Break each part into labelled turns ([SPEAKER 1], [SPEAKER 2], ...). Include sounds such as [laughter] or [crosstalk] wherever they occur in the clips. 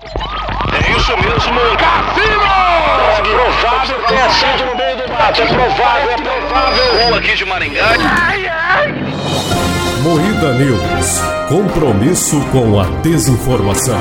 [SPEAKER 1] É isso mesmo. Cassino! É provável que tenha sido no meio do mato. É provável, é provável. Rua aqui de Maringá. Ai, ai.
[SPEAKER 2] Moída News. Compromisso com a desinformação.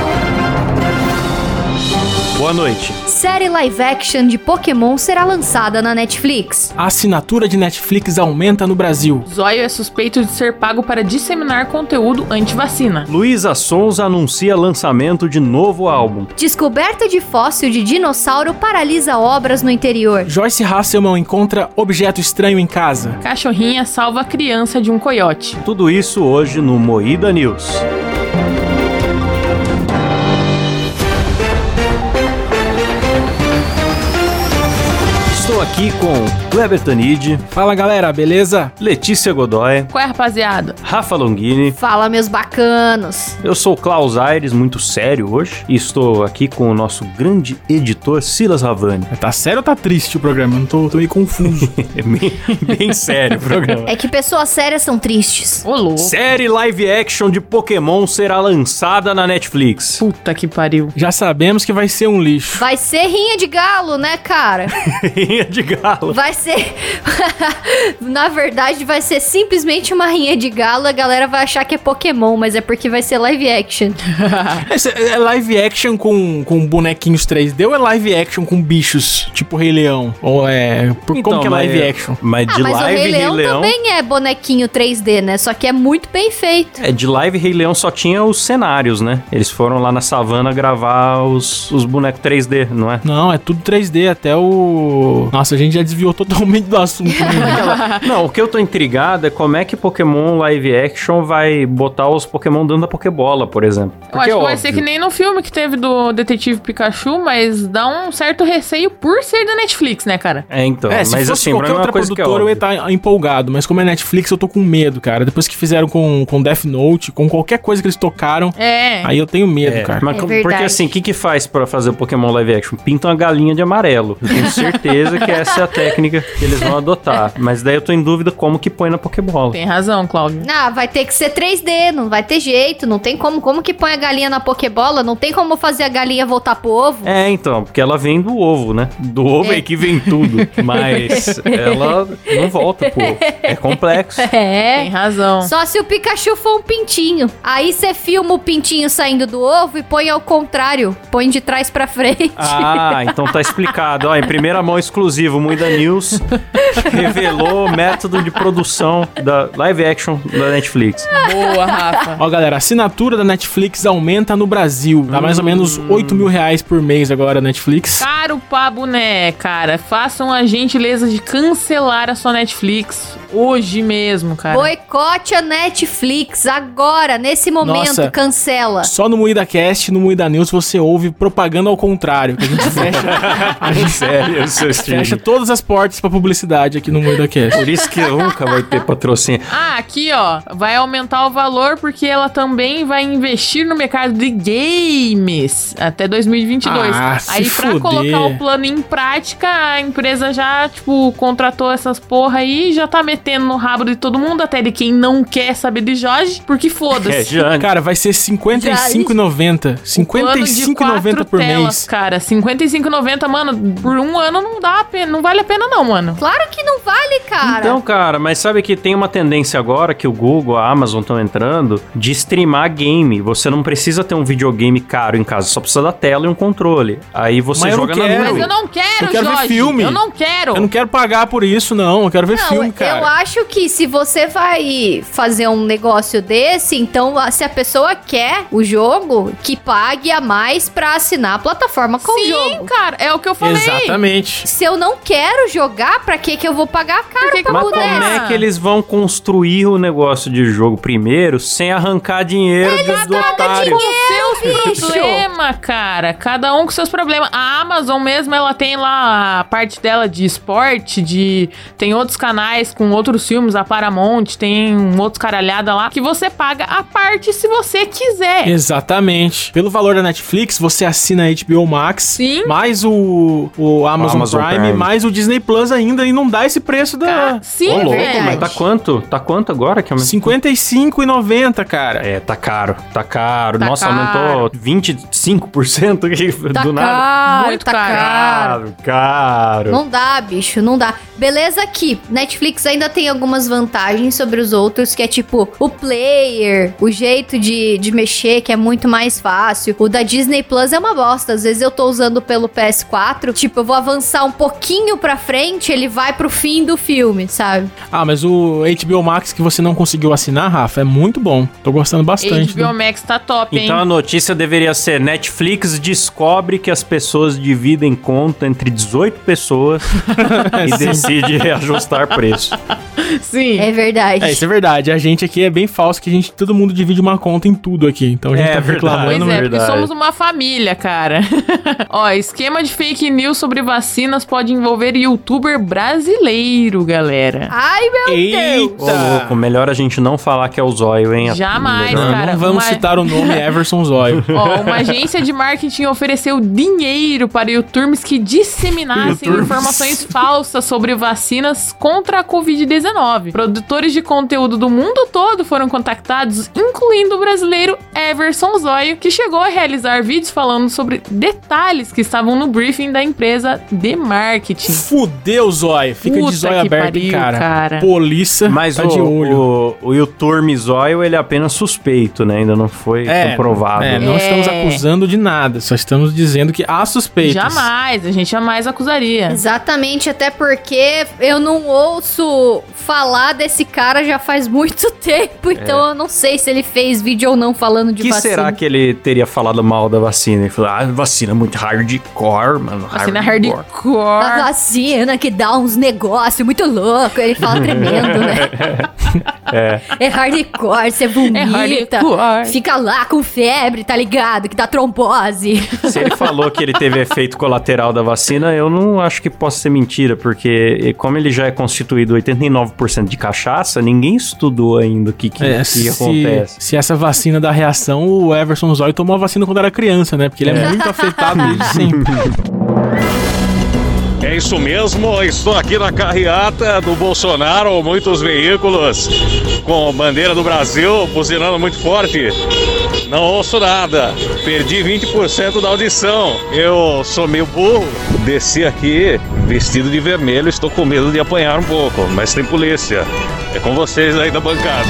[SPEAKER 3] Boa noite.
[SPEAKER 4] Série live action de Pokémon será lançada na Netflix.
[SPEAKER 3] A assinatura de Netflix aumenta no Brasil.
[SPEAKER 5] Zóio é suspeito de ser pago para disseminar conteúdo anti-vacina.
[SPEAKER 6] Luísa Sons anuncia lançamento de novo álbum.
[SPEAKER 4] Descoberta de fóssil de dinossauro paralisa obras no interior.
[SPEAKER 3] Joyce Hasselman encontra objeto estranho em casa.
[SPEAKER 5] Cachorrinha salva criança de um coiote.
[SPEAKER 6] Tudo isso hoje no Moída News. Estou aqui com Kleber Tanid.
[SPEAKER 3] Fala galera, beleza?
[SPEAKER 6] Letícia Godoy.
[SPEAKER 5] Qual é, rapaziada?
[SPEAKER 6] Rafa Longini.
[SPEAKER 4] Fala, meus bacanos.
[SPEAKER 6] Eu sou o Klaus Aires, muito sério hoje, e estou aqui com o nosso grande editor Silas Ravani.
[SPEAKER 3] Tá sério ou tá triste o programa? Não tô, tô meio confuso.
[SPEAKER 6] [laughs] É bem, bem sério o programa.
[SPEAKER 4] É que pessoas sérias são tristes.
[SPEAKER 5] Ô, louco.
[SPEAKER 6] Série live action de Pokémon será lançada na Netflix.
[SPEAKER 5] Puta que pariu.
[SPEAKER 3] [laughs] Já sabemos que vai ser um lixo.
[SPEAKER 4] Vai ser rinha de galo, né, cara?
[SPEAKER 6] [laughs] Rinha de galo.
[SPEAKER 4] Vai ser. [laughs] Na verdade, vai ser simplesmente uma rinha de galo. A galera vai achar que é Pokémon, mas é porque vai ser live action.
[SPEAKER 3] [laughs] Esse é live action com, com bonequinhos 3D ou é live action com bichos, tipo Rei Leão? Ou é. Por, como
[SPEAKER 6] Então,
[SPEAKER 3] que é
[SPEAKER 6] mas-
[SPEAKER 3] live action?
[SPEAKER 6] Mas
[SPEAKER 4] Ah,
[SPEAKER 6] de
[SPEAKER 4] mas o
[SPEAKER 6] live
[SPEAKER 4] Rei Leão,
[SPEAKER 6] Leão.
[SPEAKER 4] também é bonequinho 3D, né? Só que é muito bem feito.
[SPEAKER 6] É, de live Rei Leão só tinha os cenários, né? Eles foram lá na savana gravar os, os bonecos 3D, não é?
[SPEAKER 3] Não, é tudo 3D, até o. Nossa, a gente já desviou totalmente do assunto. [laughs] né?
[SPEAKER 6] [laughs] Não, o que eu tô intrigado é como é que Pokémon live action vai botar os Pokémon dentro da Pokébola, por exemplo.
[SPEAKER 5] Eu acho
[SPEAKER 6] é
[SPEAKER 5] que vai ser
[SPEAKER 6] óbvio.
[SPEAKER 5] que nem no filme que teve do Detetive Pikachu, mas dá um certo receio por ser da Netflix, né, cara?
[SPEAKER 6] É, então,
[SPEAKER 3] É, se
[SPEAKER 6] mas
[SPEAKER 3] fosse
[SPEAKER 6] assim, pra mim
[SPEAKER 3] qualquer
[SPEAKER 6] é uma
[SPEAKER 3] outra
[SPEAKER 6] coisa que é
[SPEAKER 3] produtora eu ia tá-
[SPEAKER 6] óbvia.
[SPEAKER 3] estar empolgado, mas como é Netflix eu tô com medo, cara. Depois que fizeram com, com Death Note, com qualquer coisa que eles tocaram,
[SPEAKER 5] É.
[SPEAKER 3] aí eu tenho medo,
[SPEAKER 6] É,
[SPEAKER 3] cara.
[SPEAKER 6] mas
[SPEAKER 4] É
[SPEAKER 6] co- porque
[SPEAKER 4] verdade.
[SPEAKER 6] assim, o que que faz pra fazer o Pokémon live action? Pinta uma galinha de amarelo. Eu tenho certeza que essa é a técnica que eles vão adotar. Mas daí eu tô em dúvida como que põe na Pokébola.
[SPEAKER 5] Tem razão, Cláudio.
[SPEAKER 4] Ah, vai ter que ser 3D, não vai ter jeito, não tem como. Como que põe a galinha na Pokébola? Não tem como fazer a galinha voltar pro ovo?
[SPEAKER 6] É, então, porque ela vem do ovo, né? Do ovo é, que vem tudo. Mas ela não volta pro ovo. É complexo.
[SPEAKER 5] Tem razão.
[SPEAKER 4] É. Só se o Pikachu for um pintinho. Aí você filma o pintinho saindo do ovo e põe ao contrário. Põe de trás pra frente.
[SPEAKER 6] Ah, então tá explicado. Ó, em primeira mão exclusivo, Muida News revelou o método de produção da live action da Netflix.
[SPEAKER 5] Boa, Rafa.
[SPEAKER 3] Ó, galera, a assinatura da Netflix aumenta no Brasil. Dá mais ou
[SPEAKER 5] Hum.
[SPEAKER 3] menos 8 mil reais por mês agora a Netflix.
[SPEAKER 5] [laughs] Caro pra boné, cara. Façam a gentileza de cancelar a sua Netflix hoje mesmo, cara.
[SPEAKER 4] Boicote a Netflix agora, nesse momento,
[SPEAKER 3] Nossa.
[SPEAKER 4] cancela.
[SPEAKER 3] Só no Moída Cast, no Moída News, você ouve propaganda ao contrário. Que
[SPEAKER 6] [laughs]
[SPEAKER 3] a gente fecha, a gente
[SPEAKER 6] Sério, seu
[SPEAKER 3] fecha todas as portas pra publicidade aqui no Moída Cast.
[SPEAKER 6] Por isso que nunca vai ter patrocínio.
[SPEAKER 5] Ah, aqui ó, vai aumentar o valor porque ela também vai investir no mercado de games até 2022.
[SPEAKER 3] Ah,
[SPEAKER 5] Aí
[SPEAKER 3] se
[SPEAKER 5] pra
[SPEAKER 3] fuder.
[SPEAKER 5] colocar o plano em prática, a empresa já, tipo, contratou essas porra aí, já tá metendo no rabo de todo mundo, até de quem não quer saber de Jorge, porque
[SPEAKER 6] É,
[SPEAKER 5] foda-se.
[SPEAKER 6] Jane.
[SPEAKER 3] Cara, vai ser R$ 55,90.
[SPEAKER 5] Plano de
[SPEAKER 3] 55,90
[SPEAKER 5] quatro
[SPEAKER 3] por
[SPEAKER 5] telas,
[SPEAKER 3] mês.
[SPEAKER 5] Cara, 55,90, mano, por um ano não dá a pena, não vale a pena não, mano.
[SPEAKER 4] Claro que não vale, cara.
[SPEAKER 6] Então, cara, mas sabe que tem uma tendência agora que o Google, a Amazon estão entrando de streamar game. Você não precisa ter um videogame caro em casa, só precisa da tela e um controle. Aí você
[SPEAKER 3] Mas eu
[SPEAKER 6] joga
[SPEAKER 3] não
[SPEAKER 6] na
[SPEAKER 3] quero.
[SPEAKER 6] nuvem.
[SPEAKER 5] Mas eu não quero,
[SPEAKER 3] Eu quero ver
[SPEAKER 5] Jorge.
[SPEAKER 3] filme.
[SPEAKER 5] Eu não quero.
[SPEAKER 3] Eu não quero pagar por isso, não. Eu quero ver
[SPEAKER 4] Não,
[SPEAKER 3] filme,
[SPEAKER 4] eu
[SPEAKER 3] cara.
[SPEAKER 4] acho que se você vai fazer um negócio desse, então a- se a pessoa quer o jogo, que pague a mais pra assinar a plataforma com
[SPEAKER 5] Sim,
[SPEAKER 4] o jogo.
[SPEAKER 5] cara, é o que eu falei.
[SPEAKER 3] Exatamente.
[SPEAKER 4] Se eu não quero jogar, pra que que eu vou pagar caro
[SPEAKER 5] que que
[SPEAKER 4] pra
[SPEAKER 6] Mas
[SPEAKER 5] eu vou
[SPEAKER 6] como
[SPEAKER 4] poder?
[SPEAKER 5] pagar?
[SPEAKER 6] é que eles vão construir o negócio de jogo primeiro sem arrancar dinheiro do, do otário?
[SPEAKER 5] Com seus
[SPEAKER 4] bicho.
[SPEAKER 5] problemas, cara. Cada um com seus problemas. A Amazon mesmo, ela tem lá a parte dela de esporte, de... Tem outros canais com outros filmes, a Paramount, tem um outro caralhada lá, que você paga a parte se você quiser.
[SPEAKER 3] Exatamente. Pelo valor da Netflix, você assina a HBO Max,
[SPEAKER 5] Sim.
[SPEAKER 3] mais o, o Amazon,
[SPEAKER 6] Amazon
[SPEAKER 3] Prime,
[SPEAKER 6] Prime.
[SPEAKER 3] mais o Disney Plus ainda e não dá esse preço da.
[SPEAKER 5] Tá Sim,
[SPEAKER 6] Ô, louco,
[SPEAKER 5] velho.
[SPEAKER 6] mas tá quanto? Tá quanto agora que aumentou?
[SPEAKER 3] 55,90, cara.
[SPEAKER 6] É, tá caro, tá caro.
[SPEAKER 5] Tá
[SPEAKER 6] Nossa,
[SPEAKER 5] caro.
[SPEAKER 6] aumentou 25% aqui
[SPEAKER 4] Tá
[SPEAKER 6] do nada.
[SPEAKER 4] caro,
[SPEAKER 5] Muito
[SPEAKER 4] tá
[SPEAKER 5] caro.
[SPEAKER 4] caro.
[SPEAKER 6] Caro, caro.
[SPEAKER 4] Não dá, bicho, não dá. Beleza que Netflix ainda tem algumas vantagens sobre os outros, que é tipo o player, o jeito de, de mexer, que é muito mais fácil. O da Disney Plus é uma bosta. Às vezes eu tô usando pelo PS4, tipo, eu vou avançar um pouquinho pra frente, ele vai pro fim do filme, sabe?
[SPEAKER 3] Ah, mas o HBO Max que você não conseguiu assinar, Rafa, é muito bom. Tô gostando bastante.
[SPEAKER 5] HBO
[SPEAKER 3] né?
[SPEAKER 5] Max tá top, hein?
[SPEAKER 6] Então a notícia deveria ser: Netflix descobre que as pessoas dividem conta entre 18
[SPEAKER 3] [laughs]
[SPEAKER 6] pessoas e decide reajustar preço.
[SPEAKER 5] [laughs]
[SPEAKER 3] Tá.
[SPEAKER 5] Sim.
[SPEAKER 4] É verdade.
[SPEAKER 3] É, isso é verdade. A gente aqui é bem falso que a gente, todo mundo divide uma conta em tudo aqui. Então a gente
[SPEAKER 6] É
[SPEAKER 3] tá
[SPEAKER 6] verdade.
[SPEAKER 5] Pois
[SPEAKER 3] reclamando.
[SPEAKER 5] é,
[SPEAKER 6] na
[SPEAKER 5] porque
[SPEAKER 6] verdade.
[SPEAKER 5] somos uma família, cara. [laughs] Ó, esquema de fake news sobre vacinas pode envolver youtuber brasileiro, galera.
[SPEAKER 4] Ai, meu Deus!
[SPEAKER 6] Ô, louco, melhor a gente não falar que é o zóio, hein?
[SPEAKER 5] Jamais,
[SPEAKER 6] Melhor-
[SPEAKER 5] cara.
[SPEAKER 3] Ah, não vamos
[SPEAKER 5] uma-
[SPEAKER 3] citar o
[SPEAKER 5] [laughs]
[SPEAKER 3] nome Everson Zóio.
[SPEAKER 5] Ó, uma agência de marketing ofereceu dinheiro para youtubers que disseminassem
[SPEAKER 3] Youtubers.
[SPEAKER 5] informações falsas sobre vacinas contra a Covid-19. Produtores de conteúdo do mundo todo foram contactados, incluindo o brasileiro Everson Zóio, que chegou a realizar vídeos falando sobre detalhes que estavam no briefing da empresa de marketing.
[SPEAKER 3] Fudeu, Zóio. Fica
[SPEAKER 5] Puta
[SPEAKER 3] de zóio
[SPEAKER 5] que
[SPEAKER 3] aberto,
[SPEAKER 5] pariu,
[SPEAKER 3] cara.
[SPEAKER 5] cara.
[SPEAKER 3] Polícia
[SPEAKER 6] Mas
[SPEAKER 3] tá
[SPEAKER 6] o,
[SPEAKER 3] de olho.
[SPEAKER 6] o, o Yuturme Zóio, ele é apenas suspeito, né? Ainda não foi comprovado.
[SPEAKER 3] É,
[SPEAKER 6] né?
[SPEAKER 3] não estamos
[SPEAKER 5] É.
[SPEAKER 3] acusando de nada, só estamos dizendo que há suspeitas.
[SPEAKER 5] Jamais, a gente jamais acusaria.
[SPEAKER 4] Exatamente, até porque eu não ouço falar desse cara já faz muito [laughs] tempo, então eu não sei se ele fez vídeo ou não falando de
[SPEAKER 6] que
[SPEAKER 4] vacina.
[SPEAKER 6] será que ele teria falado mal da vacina? Ele falou, ah, vacina é muito hardcore, mano.
[SPEAKER 5] Vacina
[SPEAKER 6] hardcore.
[SPEAKER 4] A
[SPEAKER 5] Assim, hardcore.
[SPEAKER 4] vacina que dá uns negócios muito louco, ele fala tremendo,
[SPEAKER 5] [laughs]
[SPEAKER 4] né? É. hardcore, você vomita,
[SPEAKER 5] É hardcore.
[SPEAKER 4] fica lá com febre, tá ligado? Que dá trombose.
[SPEAKER 6] Se ele falou que ele teve efeito colateral da vacina, eu não acho que possa ser mentira, porque como ele já é constituído 89% de cachaça, ninguém estudou ainda o que, que,
[SPEAKER 3] É,
[SPEAKER 6] que
[SPEAKER 3] se,
[SPEAKER 6] acontece.
[SPEAKER 3] se essa vacina dá reação, o Everson Zóio tomou a vacina quando era criança, né? Porque ele é, muito
[SPEAKER 5] [laughs]
[SPEAKER 3] afetado desde sempre.
[SPEAKER 7] É isso mesmo, estou aqui na carreata do Bolsonaro, muitos veículos com a bandeira do Brasil buzinando muito forte. Não ouço nada, perdi 20% da audição. Eu sou meio burro, desci aqui vestido de vermelho, estou com medo de apanhar um pouco, mas tem polícia. É com vocês aí da bancada.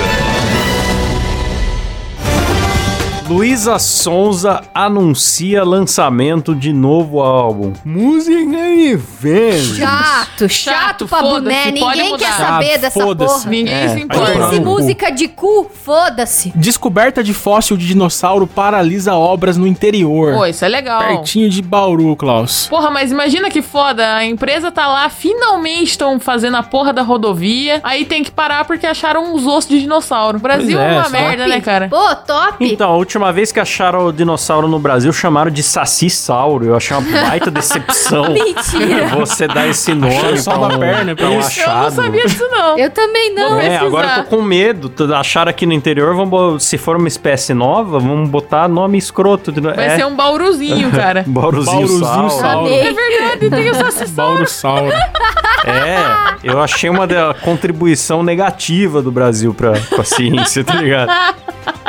[SPEAKER 6] Luísa Sonza anuncia lançamento de novo álbum. Música e vento.
[SPEAKER 4] Chato, chato,
[SPEAKER 5] É Chato,
[SPEAKER 4] pra
[SPEAKER 5] foda-se,
[SPEAKER 4] boné,
[SPEAKER 5] pode
[SPEAKER 4] ninguém quer
[SPEAKER 5] mudar.
[SPEAKER 4] saber
[SPEAKER 3] Ah,
[SPEAKER 4] dessa
[SPEAKER 3] foda-se.
[SPEAKER 4] porra.
[SPEAKER 5] Ninguém
[SPEAKER 6] É,
[SPEAKER 5] se
[SPEAKER 6] aí
[SPEAKER 5] importa.
[SPEAKER 6] pronto.
[SPEAKER 4] Esse música de cu, foda-se.
[SPEAKER 3] Descoberta de fóssil de dinossauro paralisa obras no interior.
[SPEAKER 5] Pô, isso é legal.
[SPEAKER 3] Pertinho de Bauru, Klaus.
[SPEAKER 5] Porra, mas imagina que foda, a empresa tá lá, finalmente estão fazendo a porra da rodovia, aí tem que parar porque acharam os ossos de dinossauro. O Brasil
[SPEAKER 3] Pois é,
[SPEAKER 5] é, uma
[SPEAKER 3] só-
[SPEAKER 5] merda, né, cara?
[SPEAKER 4] Pô, top.
[SPEAKER 6] Então, a última vez que acharam o dinossauro no Brasil, chamaram de sacissauro. Eu achei uma baita
[SPEAKER 5] [laughs]
[SPEAKER 6] decepção.
[SPEAKER 4] Mentira.
[SPEAKER 6] Você dar esse nome
[SPEAKER 3] Acharam só
[SPEAKER 6] pra
[SPEAKER 3] da
[SPEAKER 6] um,
[SPEAKER 3] perna,
[SPEAKER 6] pra
[SPEAKER 3] é
[SPEAKER 6] um
[SPEAKER 3] isso?
[SPEAKER 5] Eu
[SPEAKER 6] achado.
[SPEAKER 5] não sabia disso,
[SPEAKER 4] [laughs]
[SPEAKER 5] não.
[SPEAKER 4] Eu também não.
[SPEAKER 6] É,
[SPEAKER 5] precisar.
[SPEAKER 6] agora eu tô com medo. T- Acharam aqui no interior, vamos, bo- se for uma espécie nova, vamos botar nome escroto. De, no-
[SPEAKER 5] Vai
[SPEAKER 6] é,
[SPEAKER 5] ser um bauruzinho, cara.
[SPEAKER 6] [laughs] Bauruzinho, Sauro.
[SPEAKER 3] Bauruzinho Sauro.
[SPEAKER 5] é verdade, tem essa sensação.
[SPEAKER 3] Baurossauro.
[SPEAKER 6] É, eu achei uma da- contribuição negativa do Brasil pra, pra ciência, tá ligado?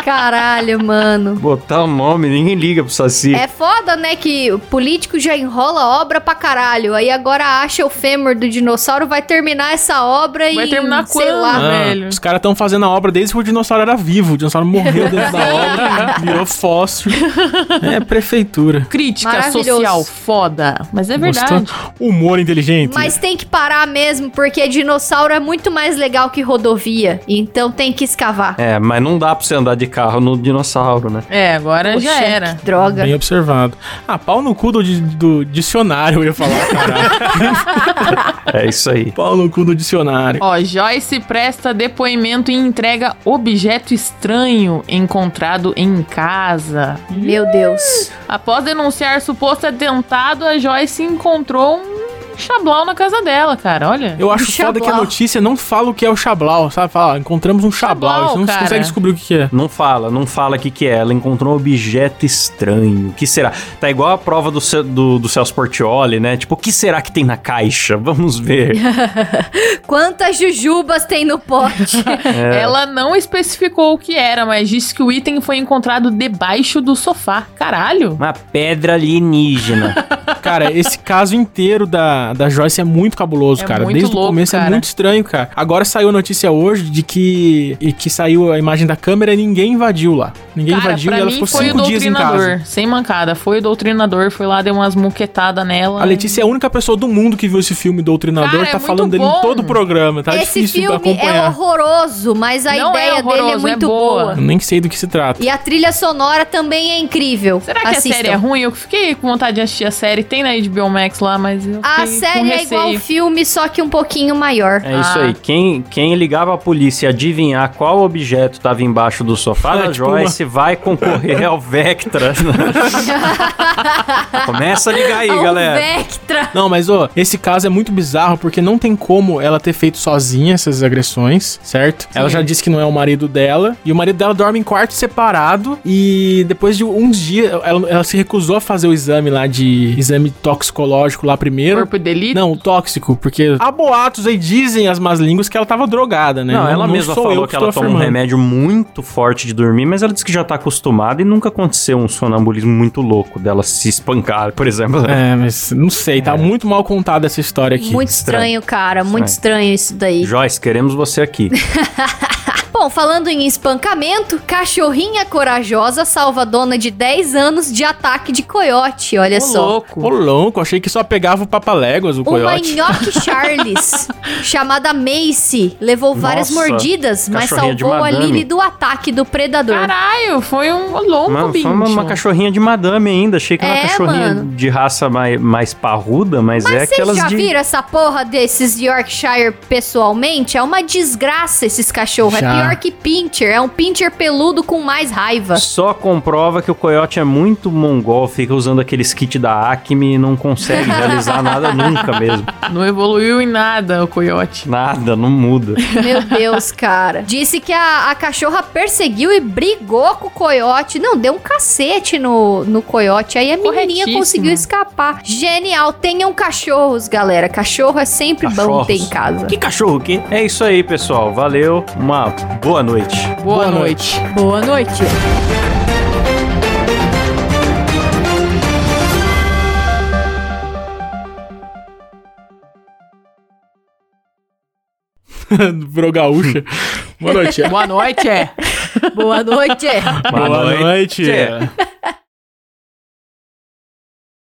[SPEAKER 4] Caralho, mano.
[SPEAKER 6] Botar o nome, ninguém liga pro Saci.
[SPEAKER 4] É foda, né, que o político já enrola a obra pra caralho. Aí agora acha o fêmur do dinossauro, vai terminar essa obra e.
[SPEAKER 5] Vai terminar
[SPEAKER 4] sei
[SPEAKER 5] quando?
[SPEAKER 4] lá. né?
[SPEAKER 5] Ah, velho.
[SPEAKER 3] Os caras estão fazendo a obra desde que o dinossauro era vivo. O dinossauro morreu dentro
[SPEAKER 5] [laughs]
[SPEAKER 3] da obra, virou fóssil. É prefeitura.
[SPEAKER 5] Crítica
[SPEAKER 4] Maravilhoso.
[SPEAKER 5] social foda. Mas é verdade.
[SPEAKER 3] Gostou? Humor inteligente.
[SPEAKER 4] Mas tem que parar mesmo, porque dinossauro é muito mais legal que rodovia. Então tem que escavar.
[SPEAKER 6] É, mas não dá pra você andar de carro no dinossauro, né?
[SPEAKER 5] É, agora
[SPEAKER 4] Poxa,
[SPEAKER 5] já era.
[SPEAKER 4] Que droga.
[SPEAKER 3] Bem observado. Ah, pau no cu do, di- do dicionário, eu ia falar, caralho.
[SPEAKER 5] [laughs]
[SPEAKER 6] É isso aí.
[SPEAKER 3] pau no cu do dicionário.
[SPEAKER 5] Ó, Joyce presta depoimento e entrega objeto estranho encontrado em casa.
[SPEAKER 4] Meu Deus.
[SPEAKER 5] Após denunciar suposto atentado, a Joyce encontrou um Chablau na casa dela, cara, olha.
[SPEAKER 3] Eu acho
[SPEAKER 4] Um
[SPEAKER 3] foda que a
[SPEAKER 4] chablau.
[SPEAKER 3] notícia não fala o que é o Chablau, sabe? Fala, "Ah, encontramos um Chablau.
[SPEAKER 5] Chablau,
[SPEAKER 3] Você não
[SPEAKER 5] cara.
[SPEAKER 3] consegue descobrir o que que é.
[SPEAKER 6] Não fala, não fala o que, que é. Ela encontrou um objeto estranho. O que será? Tá igual a prova do, Ce- do, do Celso Portioli, né? Tipo, o que será que tem na caixa? [laughs] Vamos
[SPEAKER 5] [laughs]
[SPEAKER 6] ver.
[SPEAKER 4] Quantas jujubas tem no pote?
[SPEAKER 3] É.
[SPEAKER 6] É,
[SPEAKER 5] Ela não especificou o que era, mas disse que o item foi encontrado debaixo do sofá. Caralho.
[SPEAKER 6] Uma pedra alienígena.
[SPEAKER 3] Cara, esse caso inteiro da, da Joyce é muito cabuloso,
[SPEAKER 5] É
[SPEAKER 3] cara.
[SPEAKER 5] muito
[SPEAKER 3] Desde o
[SPEAKER 5] louco,
[SPEAKER 3] começo é
[SPEAKER 5] cara.
[SPEAKER 3] muito estranho, cara. Agora saiu a notícia hoje de que. E que saiu a imagem da câmera e ninguém invadiu lá. Ninguém
[SPEAKER 5] Cara,
[SPEAKER 3] invadiu e
[SPEAKER 5] pra
[SPEAKER 3] ela
[SPEAKER 5] mim
[SPEAKER 3] ficou
[SPEAKER 5] foi o
[SPEAKER 3] cinco dias em casa.
[SPEAKER 5] doutrinador. Sem mancada. Foi o doutrinador, foi lá, deu umas muquetadas nela.
[SPEAKER 3] A Letícia é a única pessoa do mundo que viu esse filme Doutrinador,
[SPEAKER 5] Cara, é
[SPEAKER 3] tá
[SPEAKER 5] muito
[SPEAKER 3] falando dele em
[SPEAKER 5] bom.
[SPEAKER 3] todo o programa, tá
[SPEAKER 4] Esse
[SPEAKER 3] difícil
[SPEAKER 4] filme é
[SPEAKER 3] acompanhar.
[SPEAKER 4] horroroso, mas a
[SPEAKER 5] Não é
[SPEAKER 4] ideia dele é
[SPEAKER 5] horroroso, é
[SPEAKER 4] muito
[SPEAKER 5] boa.
[SPEAKER 4] boa.
[SPEAKER 3] Eu nem sei do que se trata.
[SPEAKER 4] E a trilha sonora também é incrível.
[SPEAKER 5] Será que
[SPEAKER 4] Assistam.
[SPEAKER 5] a série é ruim? Eu fiquei com vontade de assistir a série. Tem na HBO Max lá, mas eu
[SPEAKER 4] A
[SPEAKER 5] fiquei com
[SPEAKER 4] série é
[SPEAKER 5] receio.
[SPEAKER 4] igual o filme, só que um pouquinho maior.
[SPEAKER 6] É isso
[SPEAKER 5] Ah.
[SPEAKER 6] aí. Quem, quem ligava a polícia e adivinhar qual objeto tava embaixo do sofá
[SPEAKER 3] É,
[SPEAKER 6] da
[SPEAKER 3] tipo
[SPEAKER 6] Joyce vai concorrer ao
[SPEAKER 5] [laughs]
[SPEAKER 6] Vectra. Começa a ligar aí,
[SPEAKER 4] Ao
[SPEAKER 6] galera.
[SPEAKER 4] Vectra.
[SPEAKER 3] Não, mas ô, esse caso é muito bizarro porque não tem como ela ter feito sozinha essas agressões, certo? Ela já disse que não é o marido dela e o marido dela dorme em quarto separado e depois de uns dias ela, ela se recusou a fazer o exame lá de exame toxicológico lá primeiro.
[SPEAKER 5] Corpo de delito.
[SPEAKER 3] Não, o tóxico, porque há boatos aí dizem as más línguas que ela tava drogada, né?
[SPEAKER 6] Não, ela mesma
[SPEAKER 3] sou eu
[SPEAKER 6] falou que, ela
[SPEAKER 3] estou
[SPEAKER 6] toma um
[SPEAKER 3] afirmando.
[SPEAKER 6] remédio muito forte de dormir, mas ela disse que já tá acostumada e nunca aconteceu um sonambulismo muito louco dela se espancar, por exemplo.
[SPEAKER 3] É, mas não sei, tá muito mal contada essa história aqui.
[SPEAKER 4] Muito
[SPEAKER 6] estranho.
[SPEAKER 4] estranho, cara. Muito estranho isso
[SPEAKER 6] [laughs]
[SPEAKER 4] daí.
[SPEAKER 6] Joyce, queremos você aqui.
[SPEAKER 4] Bom, falando em espancamento, cachorrinha corajosa salva dona de 10 anos de ataque de coiote. Olha
[SPEAKER 5] Ô,
[SPEAKER 4] só.
[SPEAKER 5] louco.
[SPEAKER 3] Ô, louco, achei que só pegava o papaléguas, o
[SPEAKER 4] Uma
[SPEAKER 3] coiote.
[SPEAKER 6] [laughs]
[SPEAKER 4] nhoque Charles, chamada Macy, levou várias
[SPEAKER 6] Nossa,
[SPEAKER 4] mordidas, mas
[SPEAKER 6] cachorrinha de
[SPEAKER 4] salvou a
[SPEAKER 6] madame.
[SPEAKER 4] Lily do ataque do predador.
[SPEAKER 5] Caralho, foi um ô, louco,
[SPEAKER 6] Mano, foi
[SPEAKER 5] bicho.
[SPEAKER 6] uma, uma cachorrinha de madame ainda. Achei que era uma
[SPEAKER 4] É,
[SPEAKER 6] cachorrinha
[SPEAKER 4] mano.
[SPEAKER 6] de raça mais, mais parruda, mas, é
[SPEAKER 4] Mas vocês
[SPEAKER 6] aquelas
[SPEAKER 4] já
[SPEAKER 6] de.
[SPEAKER 4] viram essa porra desses Yorkshire pessoalmente? É uma desgraça esses cachorros.
[SPEAKER 3] Já.
[SPEAKER 4] É pior que pincher. É um pincher peludo com mais raiva.
[SPEAKER 6] Só comprova que o coiote é muito mongol, fica usando aqueles kits da Acme e não consegue realizar
[SPEAKER 4] [laughs]
[SPEAKER 6] nada nunca mesmo.
[SPEAKER 5] Não evoluiu em nada o coiote.
[SPEAKER 6] Nada, não muda.
[SPEAKER 4] [laughs] Meu Deus, cara. Disse que a, a cachorra perseguiu e brigou com o coiote. Não, deu um cacete no, no coiote. Aí a menininha
[SPEAKER 5] Corretíssimo.
[SPEAKER 4] conseguiu escapar. Genial. Tenham cachorros, galera. Cachorro é sempre bom
[SPEAKER 6] Cachorros.
[SPEAKER 4] ter em casa.
[SPEAKER 6] Que cachorro que? É isso aí, pessoal. Valeu. Uma boa noite.
[SPEAKER 5] Boa,
[SPEAKER 3] Boa
[SPEAKER 5] noite.
[SPEAKER 4] Boa noite.
[SPEAKER 3] [laughs] Virou gaúcha. Boa noite.
[SPEAKER 5] Boa noite, é.
[SPEAKER 4] [laughs] Boa noite.
[SPEAKER 3] Boa noite.